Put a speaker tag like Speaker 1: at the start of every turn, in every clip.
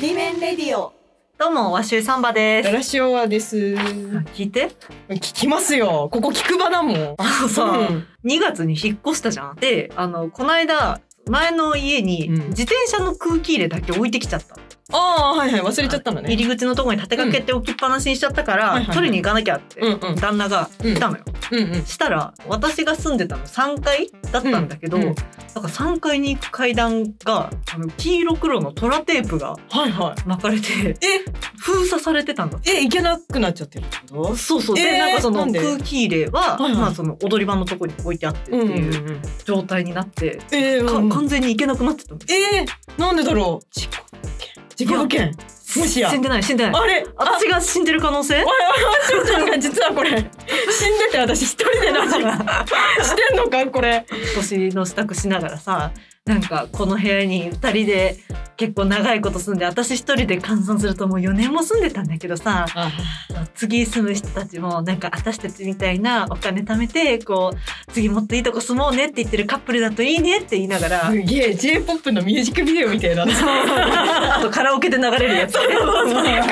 Speaker 1: リメンレディオ。
Speaker 2: どうも、ワシューサンバです。
Speaker 3: ラシオワです。
Speaker 2: 聞いて
Speaker 3: 聞きますよ。ここ聞く場だもん。
Speaker 2: あのさ、
Speaker 3: ん。
Speaker 2: 2月に引っ越したじゃん。で、あの、この間、前の家に
Speaker 3: うん
Speaker 2: 自転車の空気入れだけ置いてきちゃった。
Speaker 3: ああ、はいはい、忘れちゃったのね。
Speaker 2: 入り口のところに立てかけて置きっぱなしにしちゃったから、
Speaker 3: うんはいはいはい
Speaker 2: 取りに行かなきゃって、
Speaker 3: うんうん
Speaker 2: 旦那が来たのよ。
Speaker 3: うんうん。
Speaker 2: したら、私が住んでたの3階だったんだけど、
Speaker 3: うんうん
Speaker 2: なんか3階に行く階段が、あの黄色黒のトラテープが
Speaker 3: はいは
Speaker 2: 巻かれて、
Speaker 3: い。え、
Speaker 2: 封鎖されてたんだって
Speaker 3: え、行けなくなっちゃってるってこと
Speaker 2: そうそう、
Speaker 3: え
Speaker 2: で
Speaker 3: ー
Speaker 2: なんかその
Speaker 3: なんで
Speaker 2: 空気入れは、
Speaker 3: はいはい
Speaker 2: まあ、その踊り場のとこに置いてあってっていう
Speaker 3: うん。
Speaker 2: 状態になって、
Speaker 3: えー、
Speaker 2: か
Speaker 3: うん
Speaker 2: 完全に行けなくなってたんです
Speaker 3: えー、なんでだろう。自己物件。もしや
Speaker 2: 死んでない死んでない
Speaker 3: あれ、あ、
Speaker 2: 私が死んでる可能性
Speaker 3: ちょちゃんが実はこれ、死んでて私一人でラジオしてんのか、これ。
Speaker 2: 年の支度しながらさなんかこの部屋に2人で結構長いこと住んで私一人で換算するともう4年も住んでたんだけどさ
Speaker 3: あ
Speaker 2: 次住む人たちもなんか私たちみたいなお金貯めてこう次もっといいとこ住もうねって言ってるカップルだといいねって言いながら
Speaker 3: すげえ、J-POP のミュージックビデオみたい だな。
Speaker 2: あとカラオケで流れるやつ
Speaker 3: カラオケの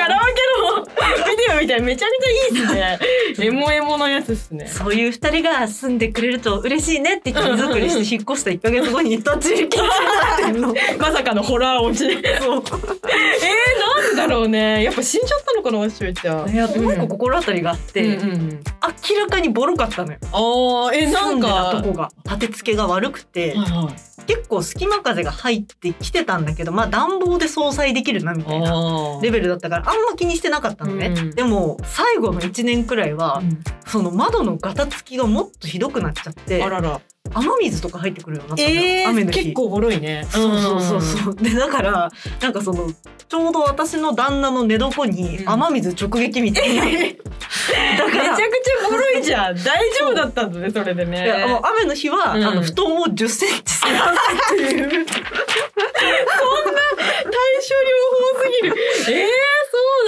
Speaker 3: ビデオみたいめちゃめちゃいいですね。エモエモのやつですね。
Speaker 2: そういう二人が住んでくれると嬉しいねって言って荷造りして引っ越した1ヶ月後に途中禁止になってんの。
Speaker 3: まさかのホラー落ち。 え
Speaker 2: そう
Speaker 3: ー、なんだろうね。やっぱ死んじゃったのかな、わしゅうちゃん。
Speaker 2: いやもう一個心当たりがあって、
Speaker 3: うんうん、
Speaker 2: 明らかにボロかったのよ。
Speaker 3: ああ、え、な
Speaker 2: 住ん
Speaker 3: ん
Speaker 2: で
Speaker 3: か。
Speaker 2: たとこが立て付けが悪くて、
Speaker 3: はいはい
Speaker 2: 結構隙間風が入ってきてたんだけどまあ暖房で相殺できるなみたいな
Speaker 3: あ
Speaker 2: レベルだったからあんま気にしてなかったのね、
Speaker 3: うん
Speaker 2: でも最後の1年くらいは、その窓のガタつきがもっとひどくなっちゃって
Speaker 3: ああらら。
Speaker 2: 雨水とか入ってくるようになったのよ、
Speaker 3: えー、
Speaker 2: 雨の日
Speaker 3: 結構ボロいね。
Speaker 2: そうそうそうそう。でだからなんかそのちょうど私の旦那の寝床に
Speaker 3: うん
Speaker 2: 雨水直撃みたいな。だ
Speaker 3: めち
Speaker 2: か
Speaker 3: ゃく
Speaker 2: ら
Speaker 3: ち。ゃボロいじゃん。大丈夫だったんだね、それでね。
Speaker 2: いやもう雨の日は、
Speaker 3: うん
Speaker 2: あの布団を10センチ下がっていう
Speaker 3: 対処療法すぎる。えー、そ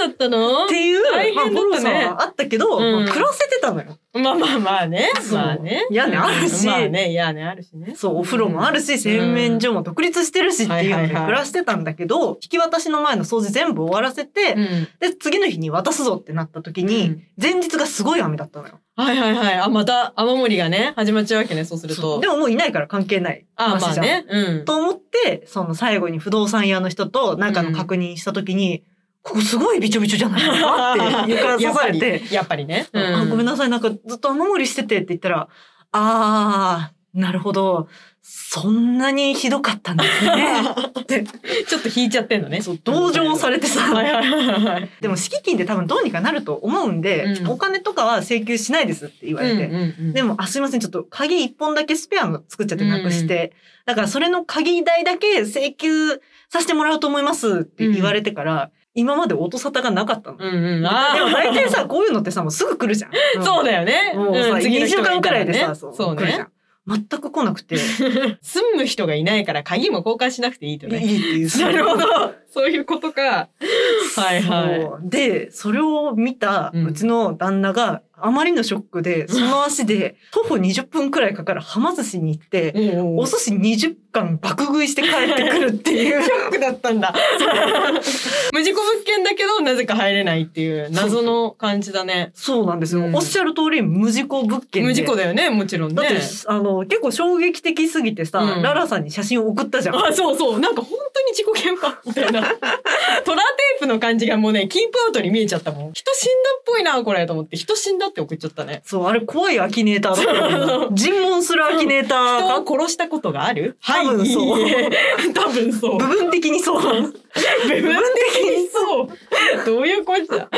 Speaker 3: うだったの
Speaker 2: っていう、
Speaker 3: 大変だったね
Speaker 2: まあボロさはあったけど、
Speaker 3: うん
Speaker 2: まあ暮らせてたのよ。
Speaker 3: まあまあまあね。
Speaker 2: そう
Speaker 3: まあね。
Speaker 2: 屋根あるし
Speaker 3: まあね、屋根あるしね。
Speaker 2: そうお風呂もあるし、洗面所も独立してるしっていうの
Speaker 3: は
Speaker 2: で
Speaker 3: いはいはい
Speaker 2: 暮らしてたんだけど、引き渡しの前の掃除全部終わらせて、
Speaker 3: うん。
Speaker 2: で次の日に渡すぞってなった時に、
Speaker 3: うん
Speaker 2: 前日がすごい雨だったのよ。
Speaker 3: はいはいはい。あ、また雨漏りがね、始まっちゃうわけね、そうする
Speaker 2: そう
Speaker 3: と
Speaker 2: で。ももういないから関係ない
Speaker 3: あ、まあ
Speaker 2: じゃん
Speaker 3: ね。うん。
Speaker 2: と思って、その最後に不動産屋の人と中の確認したときに、ここすごいびちょびちょじゃないですかっ て床刺されて、
Speaker 3: やっぱりね。
Speaker 2: あ、ごめん
Speaker 3: な
Speaker 2: なさい、なんかずっと雨漏りしててって言ったら、あー、なるほど、そんなにひどかったんです ね。って、
Speaker 3: ちょっと引いちゃってんのね。
Speaker 2: そう、同情されて
Speaker 3: は
Speaker 2: さ、
Speaker 3: いはいはいはい。
Speaker 2: でも敷金で多分どうにかなると思うんで、
Speaker 3: うん
Speaker 2: お金とかは請求しないですって言われて、で
Speaker 3: も、
Speaker 2: も、あ、すいません、ちょっと鍵一本だけスペアの作っちゃってなくして、だからそれの鍵代だけ請求させてもらうと思いますって言われてから、今まで音沙汰がなかったの。で
Speaker 3: うんうん。
Speaker 2: も
Speaker 3: あー
Speaker 2: 大体 さ、こういうのってさ、もうすぐ来るじゃん。
Speaker 3: そうだよね。
Speaker 2: もうさ、
Speaker 3: ん次
Speaker 2: 2
Speaker 3: の
Speaker 2: 週
Speaker 3: 人が
Speaker 2: 間
Speaker 3: た
Speaker 2: くらいで
Speaker 3: ね
Speaker 2: さ、そう
Speaker 3: そう
Speaker 2: 来るじ
Speaker 3: ね
Speaker 2: ゃ。ん。全く来なくて、い
Speaker 3: 住む人がいないから鍵も交換しなくていいと
Speaker 2: いって
Speaker 3: ね。
Speaker 2: いう。そう
Speaker 3: なるほど。そういうことか。はいはい。
Speaker 2: そうで、それを見た
Speaker 3: うん
Speaker 2: うちの旦那があまりのショックで、その足で徒歩20分くらいかかるはま寿司に行って、お寿司20貫爆食いして帰ってくるっていう
Speaker 3: ショックだったんだ。無事故物件だけど、なぜか入れないっていう謎の感じだね。
Speaker 2: そうなんですよ、
Speaker 3: うん
Speaker 2: おっしゃる通り無事故物件で
Speaker 3: 無事故だよね、もちろん
Speaker 2: だって、
Speaker 3: ね。
Speaker 2: あの結構衝撃的すぎてさ、
Speaker 3: うん
Speaker 2: ララさんに写真を送ったじ ゃん
Speaker 3: あ、そうそう。なんか本当に自己嫌悪みた いな。トラテープの感じがもうね、キープアウトに見えちゃったもん。人死んだっぽいな、これ、と思って。人死んだって送っちゃったね。
Speaker 2: そうあれ怖いアキネーターだった
Speaker 3: そ
Speaker 2: よ尋問するアキネーター
Speaker 3: 人
Speaker 2: が
Speaker 3: を殺したことがあるはい。
Speaker 2: 多分そう
Speaker 3: いいえ 多分そう。
Speaker 2: 部分的にそう
Speaker 3: 部分的にそう。どういうこっちゃ。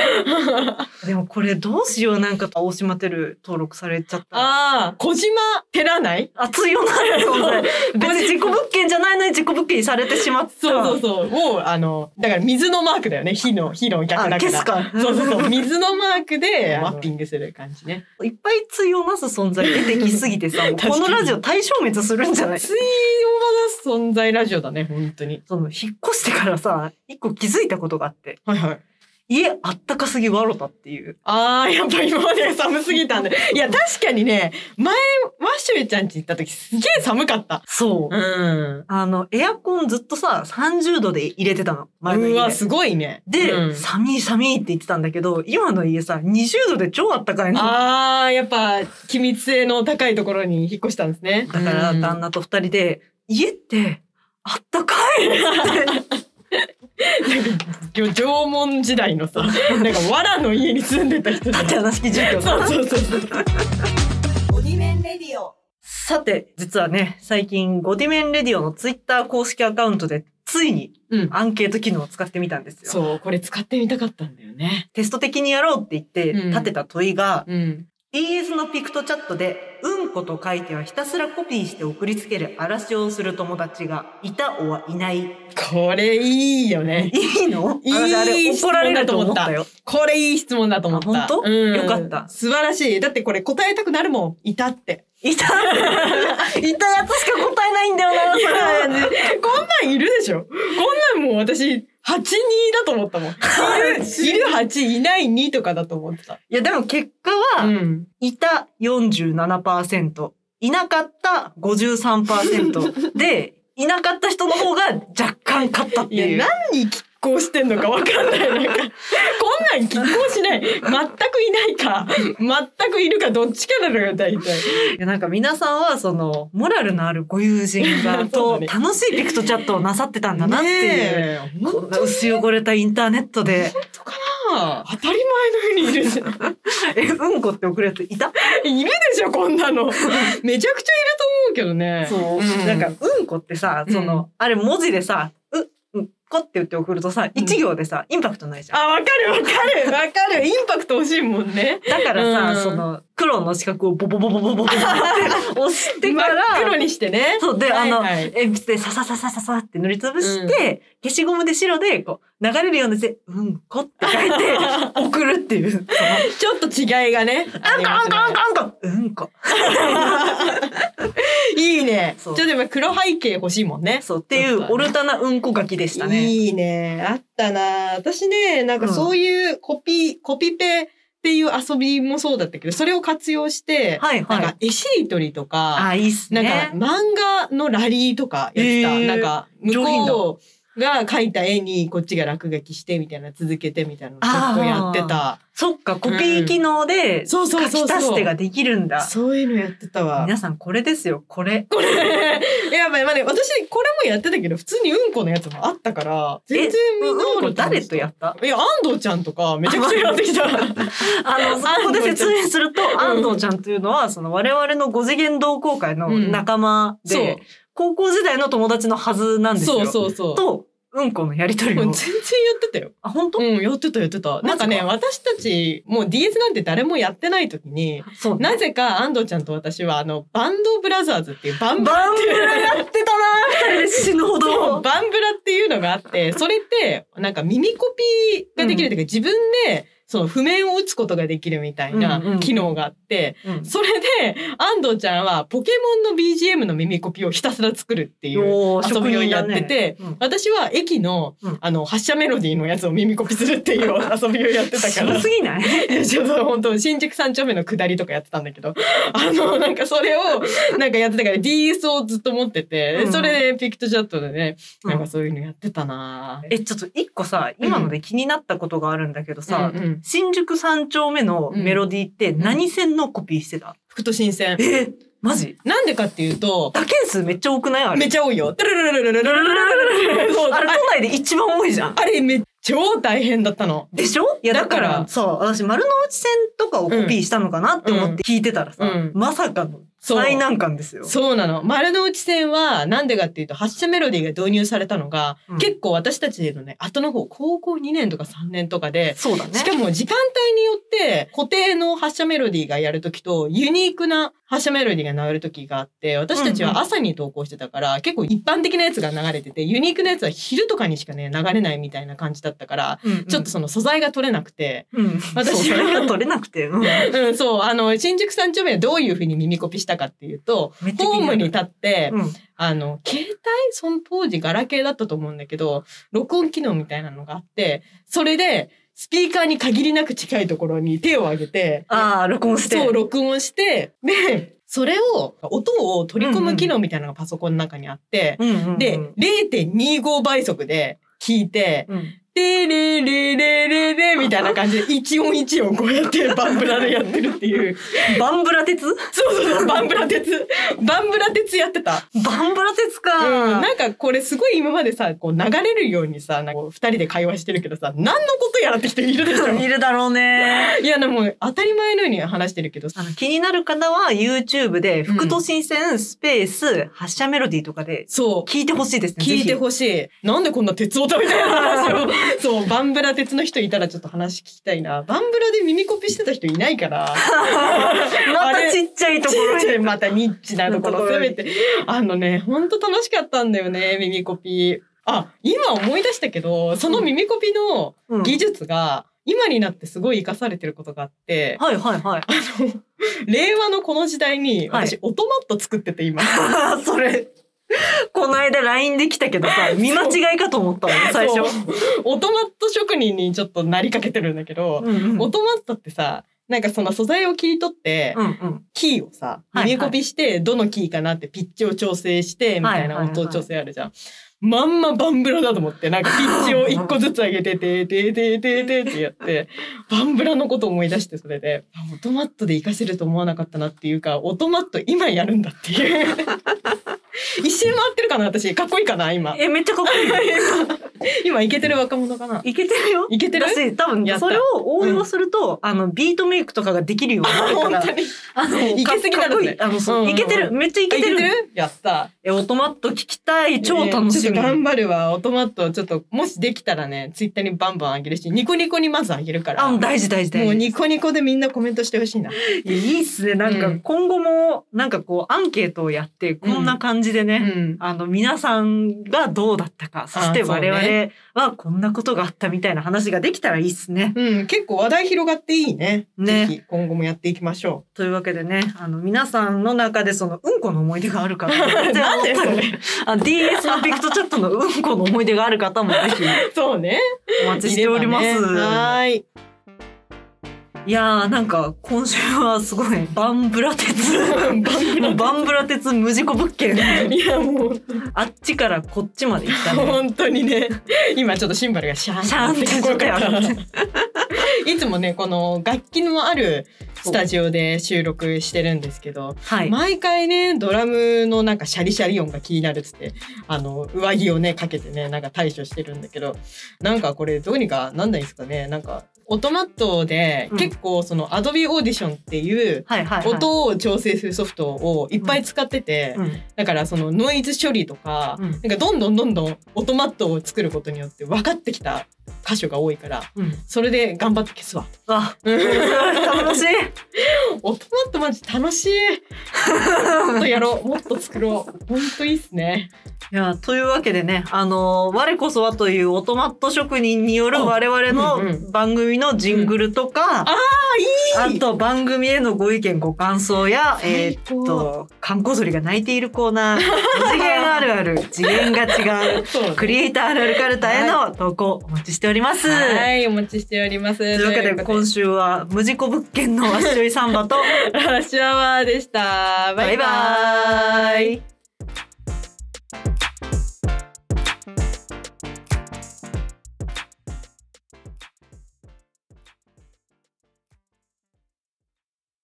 Speaker 2: でもこれどうしようなんか大島テル登録されちゃったら
Speaker 3: ああ、小島寺内
Speaker 2: 熱いよな 存在別に自己物件じゃないのに自己物件にされてしまった
Speaker 3: そうそうそう。もう、あの、だから水のマークだよね。火の、火の逆
Speaker 2: あ
Speaker 3: だか
Speaker 2: 消
Speaker 3: ら。
Speaker 2: すか
Speaker 3: そうそうそう。水のマー クで
Speaker 2: うん
Speaker 3: マッピングする感じね。
Speaker 2: いっぱい対をなす存在出てきすぎて さもうこのラジオ大消滅するんじゃない
Speaker 3: 水を出す存在ラジオだね、本当に。
Speaker 2: その引っ越してからさ一個気づいたことがあって
Speaker 3: はいはい。
Speaker 2: 家あったかすぎわろたっていう。
Speaker 3: ああ、やっぱ今まで寒す ぎたんで。いや、確かにね、前、ワッシュイちゃん家行った時すげえ寒かった。
Speaker 2: そうう。
Speaker 3: ん。
Speaker 2: あの、エアコンずっとさ、30度で入れてたの。前の
Speaker 3: う
Speaker 2: 家
Speaker 3: わ、
Speaker 2: で。
Speaker 3: すごいね。
Speaker 2: で、
Speaker 3: うん
Speaker 2: 寒い寒いって言ってたんだけど、今の家さ、20度で超あったかいの。だ
Speaker 3: ああ、やっぱ、気密性の高いところに引っ越したんですね。
Speaker 2: から、旦
Speaker 3: な。
Speaker 2: 那と二人で、家って、あったかい
Speaker 3: 縄文時代のさ、なんか、藁の家に住んでた人だ
Speaker 2: って話聞いちゃうけど
Speaker 3: そうそうそうそう。
Speaker 1: ボディメンレディオ。
Speaker 2: さて、実はね、最近、ゴディメンレディオのツイッター公式アカウントで、ついに
Speaker 3: うん。
Speaker 2: アンケート機能を使ってみたんですよ。
Speaker 3: そう、これ使ってみたかったんだよね。
Speaker 2: テスト的にやろうって言って、
Speaker 3: うん
Speaker 2: 立てた問いが、
Speaker 3: うん。
Speaker 2: ES のピクトチャットで、うんこと書いてはひたすらコピーして送りつける嵐をする友達がいたおはいない。
Speaker 3: これいいよね。
Speaker 2: いいの
Speaker 3: いい
Speaker 2: 私あれ
Speaker 3: 質問
Speaker 2: 怒られると思ったよ。
Speaker 3: これいい質問だと思った。
Speaker 2: あ本当
Speaker 3: うん、
Speaker 2: よかった
Speaker 3: 素晴らしい。だってこれ答えたくなるもん。いた って。
Speaker 2: いた いたやつしか答えないんだよな、そ
Speaker 3: い
Speaker 2: れ
Speaker 3: やいやこんなんいるでしょ。こんなんもう私、8、2だと思ったもん。いる、いる8、いない2とかだと思ってた。
Speaker 2: いや、でも結果は、
Speaker 3: ん。
Speaker 2: いた47%、いなかった53%で、いなかった人の方が若干勝ったって
Speaker 3: いや
Speaker 2: いう。、
Speaker 3: 何に拮抗してんのかわかんない。なんか、こんなん拮抗しない。全くいないか、全くいるか、どっちかなのよ、大体。
Speaker 2: いやなんか皆さんはそのモラルのあるご友人が
Speaker 3: そう
Speaker 2: と
Speaker 3: だね
Speaker 2: 楽しいピクトチャットをなさってたんだなっていう、
Speaker 3: ねえ
Speaker 2: こんな薄汚れたインターネットで
Speaker 3: あ当たり前のようにいる じゃん。
Speaker 2: えうんこって送るやついた、
Speaker 3: いるでしょ、こんな の。めちゃくちゃいると思うけどね。
Speaker 2: そう、
Speaker 3: ん
Speaker 2: なんかうんこってさその、
Speaker 3: う
Speaker 2: あれ文字でさ「ううんこ」って言って送るとさ
Speaker 3: うん
Speaker 2: 一行でさ、インパクトないじゃん。
Speaker 3: あ、わかるわかるわかる。インパクト欲しいもんね。
Speaker 2: だからさ、
Speaker 3: うん
Speaker 2: その黒の四角をボボボボボボボボって押してから
Speaker 3: 真っ黒にしてね。
Speaker 2: そうで、あの、
Speaker 3: はいはい
Speaker 2: 鉛筆でササササササって塗りつぶして、消しゴムで白でこう流れるようにして、うんこって書い て送るっていう。その
Speaker 3: ちょっと違いがね。ありますね
Speaker 2: あんこあんこあんこうんこ。
Speaker 3: いいね。ち
Speaker 2: そ
Speaker 3: ょっ
Speaker 2: う
Speaker 3: とでも黒背景欲しいもんね。
Speaker 2: そうっていうオルタナうんこ書きでしたね。
Speaker 3: いいね。あったな。私ね、なんか
Speaker 2: うん
Speaker 3: そういうコピ、コピペっていう遊びもそうだったけど、それを活用して、
Speaker 2: はいは
Speaker 3: なん
Speaker 2: い
Speaker 3: か。絵しりとりとか、
Speaker 2: あ、いいっす
Speaker 3: なんか
Speaker 2: ね。
Speaker 3: 漫画のラリーとかやってた。
Speaker 2: へー
Speaker 3: なんか向
Speaker 2: 上品だ
Speaker 3: こうが描いた絵にこっちが落書きしてみたいな続けてみたいなの
Speaker 2: あー
Speaker 3: 結構やってた。
Speaker 2: そっか、コピー機能で書
Speaker 3: そうそうそ
Speaker 2: き
Speaker 3: うそう
Speaker 2: 足してができるんだ。
Speaker 3: そういうのやってたわ。
Speaker 2: 皆さんこれですよ、これ。
Speaker 3: これ、やばい、まあね、私これもやってたけど、普通にうんこのやつもあったから、全然みんな
Speaker 2: うんこ
Speaker 3: あると思って
Speaker 2: 誰とやった
Speaker 3: いや、安藤ちゃんとかめちゃくちゃやってきた。
Speaker 2: あの、そこで説明すると、安藤ちゃんというのは、その我々の5次元同好会の仲間で、
Speaker 3: そう。
Speaker 2: 高校時代の友達のはずなんですよ。
Speaker 3: そうそうそう。
Speaker 2: と、うんこのやりとり
Speaker 3: もう
Speaker 2: を
Speaker 3: 全。然やってたよ。
Speaker 2: あ、本当、
Speaker 3: うん、やってたやってた。なんかね、私たち、もう DS なんて誰もやってない時に、
Speaker 2: そうね。
Speaker 3: なぜか安藤ちゃんと私はあの、バンドブラザーズっていうバンブラ
Speaker 2: バンブラやってたな二人で死ぬほ
Speaker 3: そ
Speaker 2: ど。
Speaker 3: うバンブラっていうのがあって、それって、なんか耳コピーができるというか、自分で、その譜面を打つことができるみたいな
Speaker 2: うんうん
Speaker 3: 機能があって、
Speaker 2: うん
Speaker 3: それで、安藤ちゃんはポケモンの BGM の耳コピーをひたすら作るっていう。
Speaker 2: おー
Speaker 3: 遊びをやってて
Speaker 2: 職人だね
Speaker 3: 私は駅の、
Speaker 2: うん
Speaker 3: あの、発車メロディーのやつを耳コピーするっていう遊びをやってたか
Speaker 2: うん、
Speaker 3: ら
Speaker 2: 渋す。ぎない
Speaker 3: いやちょっと本当新宿三丁目の下りとかやってたんだけど、あの、なんかそれを、なんかやってたから DS をずっと持ってて、
Speaker 2: うん
Speaker 3: それでピクトチャットでね、
Speaker 2: うん
Speaker 3: なんかそういうのやってたなぁ
Speaker 2: え、ちょっと一個さ、今ので気になったことがあるんだけどさ、
Speaker 3: さあ、うんうん、
Speaker 2: 新宿三丁目のメロディーって何線のコピーしてた、
Speaker 3: 福と新鮮。
Speaker 2: えーマジ
Speaker 3: なんでかっていうと、
Speaker 2: 打鍵数めっちゃ多くないあれ。
Speaker 3: めっちゃ多いよ。そう
Speaker 2: あれ都内で一番多いじゃん。
Speaker 3: あれめっちゃ超大変だったの。
Speaker 2: でしょいや
Speaker 3: だ
Speaker 2: だ
Speaker 3: か
Speaker 2: からら、そう、私丸の内線とかをコピーしたのかなって思って聞いてたらさ、
Speaker 3: うん
Speaker 2: まさかの
Speaker 3: そう
Speaker 2: 最難関ですよ。
Speaker 3: そうなの。丸の内線は、なんでかっていうと、発車メロディーが導入されたのが、
Speaker 2: うん
Speaker 3: 結構私たちのね、後の方、高校2年とか3年とかで、
Speaker 2: そうだね。
Speaker 3: しかも時間帯によって固定の発車メロディーがやるときとユニークな発車メロディーが流るときがあって、私たち
Speaker 2: うん
Speaker 3: は
Speaker 2: うん
Speaker 3: 朝に投稿してたから、結構一般的なやつが流れてて、ユニークなやつは昼とかにしかね、流れないみたいな感じだったから、
Speaker 2: うんうん
Speaker 3: ちょっと、その素材が取れなくて、
Speaker 2: うん、
Speaker 3: 私
Speaker 2: 私
Speaker 3: は
Speaker 2: それが取れなくて、うん、めっ
Speaker 3: うん、そう、あの、新宿三丁目はどういうふうに耳コピしたかっていうと、
Speaker 2: ちゃ気
Speaker 3: ホームに
Speaker 2: なる
Speaker 3: 立って、
Speaker 2: うん、
Speaker 3: あの、携帯、その当時ガラケーだったと思うんだけど、録音機能みたいなのがあって、それで、スピーカーに限りなく近いところに手を挙げて、
Speaker 2: ああ、録音して。
Speaker 3: そう、録音して、で、それを、音を取り込む機能みたいなのがパソコンの中にあって、
Speaker 2: うんうんうん
Speaker 3: で、0.25倍速で聞いて、
Speaker 2: うん
Speaker 3: でれれれれれみたいな感じで、一音一音こうやってバンブラでやってるっていう。
Speaker 2: バンブラ鉄
Speaker 3: そうそうそう、バンブラ鉄。バンブラ鉄やってた。
Speaker 2: バンブラ鉄か。
Speaker 3: うん、なんかこれすごい今までさ、こう流れるようにさ、なんかこう二人で会話してるけどさ、何のことやらって人いるでしょ
Speaker 2: いるだろうね。
Speaker 3: いや、でも当たり前のように話してるけどさ
Speaker 2: あの気になる方は YouTube で、福と新鮮スペース発射メロディーとかで
Speaker 3: そう。
Speaker 2: 聞いてほしいですね。
Speaker 3: 聞いて
Speaker 2: しい。
Speaker 3: ほしい。なんでこんな鉄オタみたいな話を。そう、バンブラ鉄の人いたらちょっと話聞きたいな。バンブラで耳コピしてた人いないから。
Speaker 2: またちっちゃいところ
Speaker 3: ちっちゃい
Speaker 2: に。
Speaker 3: またニッチなところ、せめて。あのね、ほんと楽しかったんだよね、耳コピー。あ、今思い出したけど、その耳コピーの
Speaker 2: うん
Speaker 3: 技術が、今になってすごい活かされてることがあって、
Speaker 2: はいはいはい。
Speaker 3: 令和のこの時代に、私、オトマット作ってて今。
Speaker 2: あ ーそれ。この間 LINE で来たけど さ、見間違いかと思ったの、最初。
Speaker 3: そうオトマット職人にちょっとなりかけてるんだけど、
Speaker 2: うん
Speaker 3: オトマットってさ、なんかその素材を切り取って、
Speaker 2: うんうん
Speaker 3: キーをさ、
Speaker 2: はいはい
Speaker 3: 耳コピして、どのキーかなってピッチを調整して、みた
Speaker 2: はい
Speaker 3: いな
Speaker 2: はいはい
Speaker 3: 音調整あるじゃん。まんまバンブラだと思って、なんかピッチを一個ずつ上げて、てーてーてーてーてーってやって、バンブラのこと思い出して、それで、あオトマットで活かせると思わなかったなっていうか、オトマット今やるんだっていう。 一周回ってるかな私。かっこいいかな今。
Speaker 2: え、めっちゃかっこいいよ。
Speaker 3: 今いけてる若者か ない
Speaker 2: けてるよ。
Speaker 3: いけてる
Speaker 2: だし多分
Speaker 3: やった
Speaker 2: それを応用すると、あの、ビートメイクとかができるようになるか
Speaker 3: 本
Speaker 2: ら
Speaker 3: 当。に。
Speaker 2: あの、
Speaker 3: いけすぎなのね
Speaker 2: かっこいいあの、そうう、
Speaker 3: ん
Speaker 2: いけてる。めっちゃいけてる。
Speaker 3: やった。
Speaker 2: え、オトマット聞きたい。超楽し
Speaker 3: ねち
Speaker 2: み。
Speaker 3: ょっと頑張るわ。オトマット、ちょっと、もしできたらね、ツイッターにバンバンあげるし、ニコニコにまずあげるから。
Speaker 2: あ、もう
Speaker 3: も
Speaker 2: 大事大事大
Speaker 3: う
Speaker 2: 事。
Speaker 3: ニコニコでみんなコメントしてほしいな。
Speaker 2: いやいいっすね。なんか、
Speaker 3: うん
Speaker 2: 今後も、なんかこう、アンケートをやって、こんな感じでね、
Speaker 3: うん。
Speaker 2: あの、皆さんがどうだったか、そして
Speaker 3: あそう
Speaker 2: 我
Speaker 3: ね
Speaker 2: 々はこんなことがあったみたいな話ができたらいいっすね。
Speaker 3: うん、結構話題広がっていいね。
Speaker 2: ね
Speaker 3: ぜひ、今後もやっていきましょ
Speaker 2: というわけでね、あの、皆さんの中でその、うんこの思い出がある 方、
Speaker 3: う。なんでそれ
Speaker 2: あ DS のビクトチャットのうんこの思い出がある方もぜひ
Speaker 3: そうね。
Speaker 2: お待ちしております。
Speaker 3: いればねはーい。
Speaker 2: いやーなんか今週はすごいバンブラ鉄もうバンブラ鉄無事故物件
Speaker 3: いや、もう、
Speaker 2: あっちからこっちまで行ったね。
Speaker 3: 本当にね。今ちょっとシンバルがシャーン
Speaker 2: シャーンって
Speaker 3: 聞こえたから
Speaker 2: 聞こ
Speaker 3: いつもね、この楽器のあるスタジオで収録してるんですけど、
Speaker 2: はい。
Speaker 3: 毎回ねドラムのなんかシャリシャリ音が気になるっつってあの上着をねかけてねなんか対処してるんだけどなんかこれどうにかなんないですかねなんかオトマットで
Speaker 2: うん
Speaker 3: 結構そのアドビオーディションっていう
Speaker 2: はいはいはい。
Speaker 3: 音を調整するソフトをいっぱい使ってて、
Speaker 2: うん。
Speaker 3: だからそのノイズ処理とか、
Speaker 2: うん
Speaker 3: なんかどんどんどんどんオトマットを作ることによって分かってきた箇所が多いから
Speaker 2: うん。
Speaker 3: それで頑張って消す わ。
Speaker 2: あ、楽しい。
Speaker 3: オトマットマジ楽しい。もっとやろう。もっと作ろう。ほんといいっすね。
Speaker 2: いやーというわけでね、あのー我こそはというオトマット職人による
Speaker 3: あ
Speaker 2: 我々
Speaker 3: うんう
Speaker 2: の
Speaker 3: ん
Speaker 2: 番組のジングルとか、あ
Speaker 3: いい
Speaker 2: と番組へのご意見ご感想や、えー
Speaker 3: 最高
Speaker 2: っと、観光鳥が泣いているコーナー、二次元あるある、 次元が違う、
Speaker 3: そう
Speaker 2: クリエイターあるあるカルタへの投稿お待ちしております。
Speaker 3: はい、お待ちしております。
Speaker 2: と
Speaker 3: と
Speaker 2: いうわけで今週は無事故物件のわっしょいサンバと、
Speaker 3: 週、シュアワーでした。バイバ
Speaker 2: バイバ
Speaker 3: イ
Speaker 2: ーイ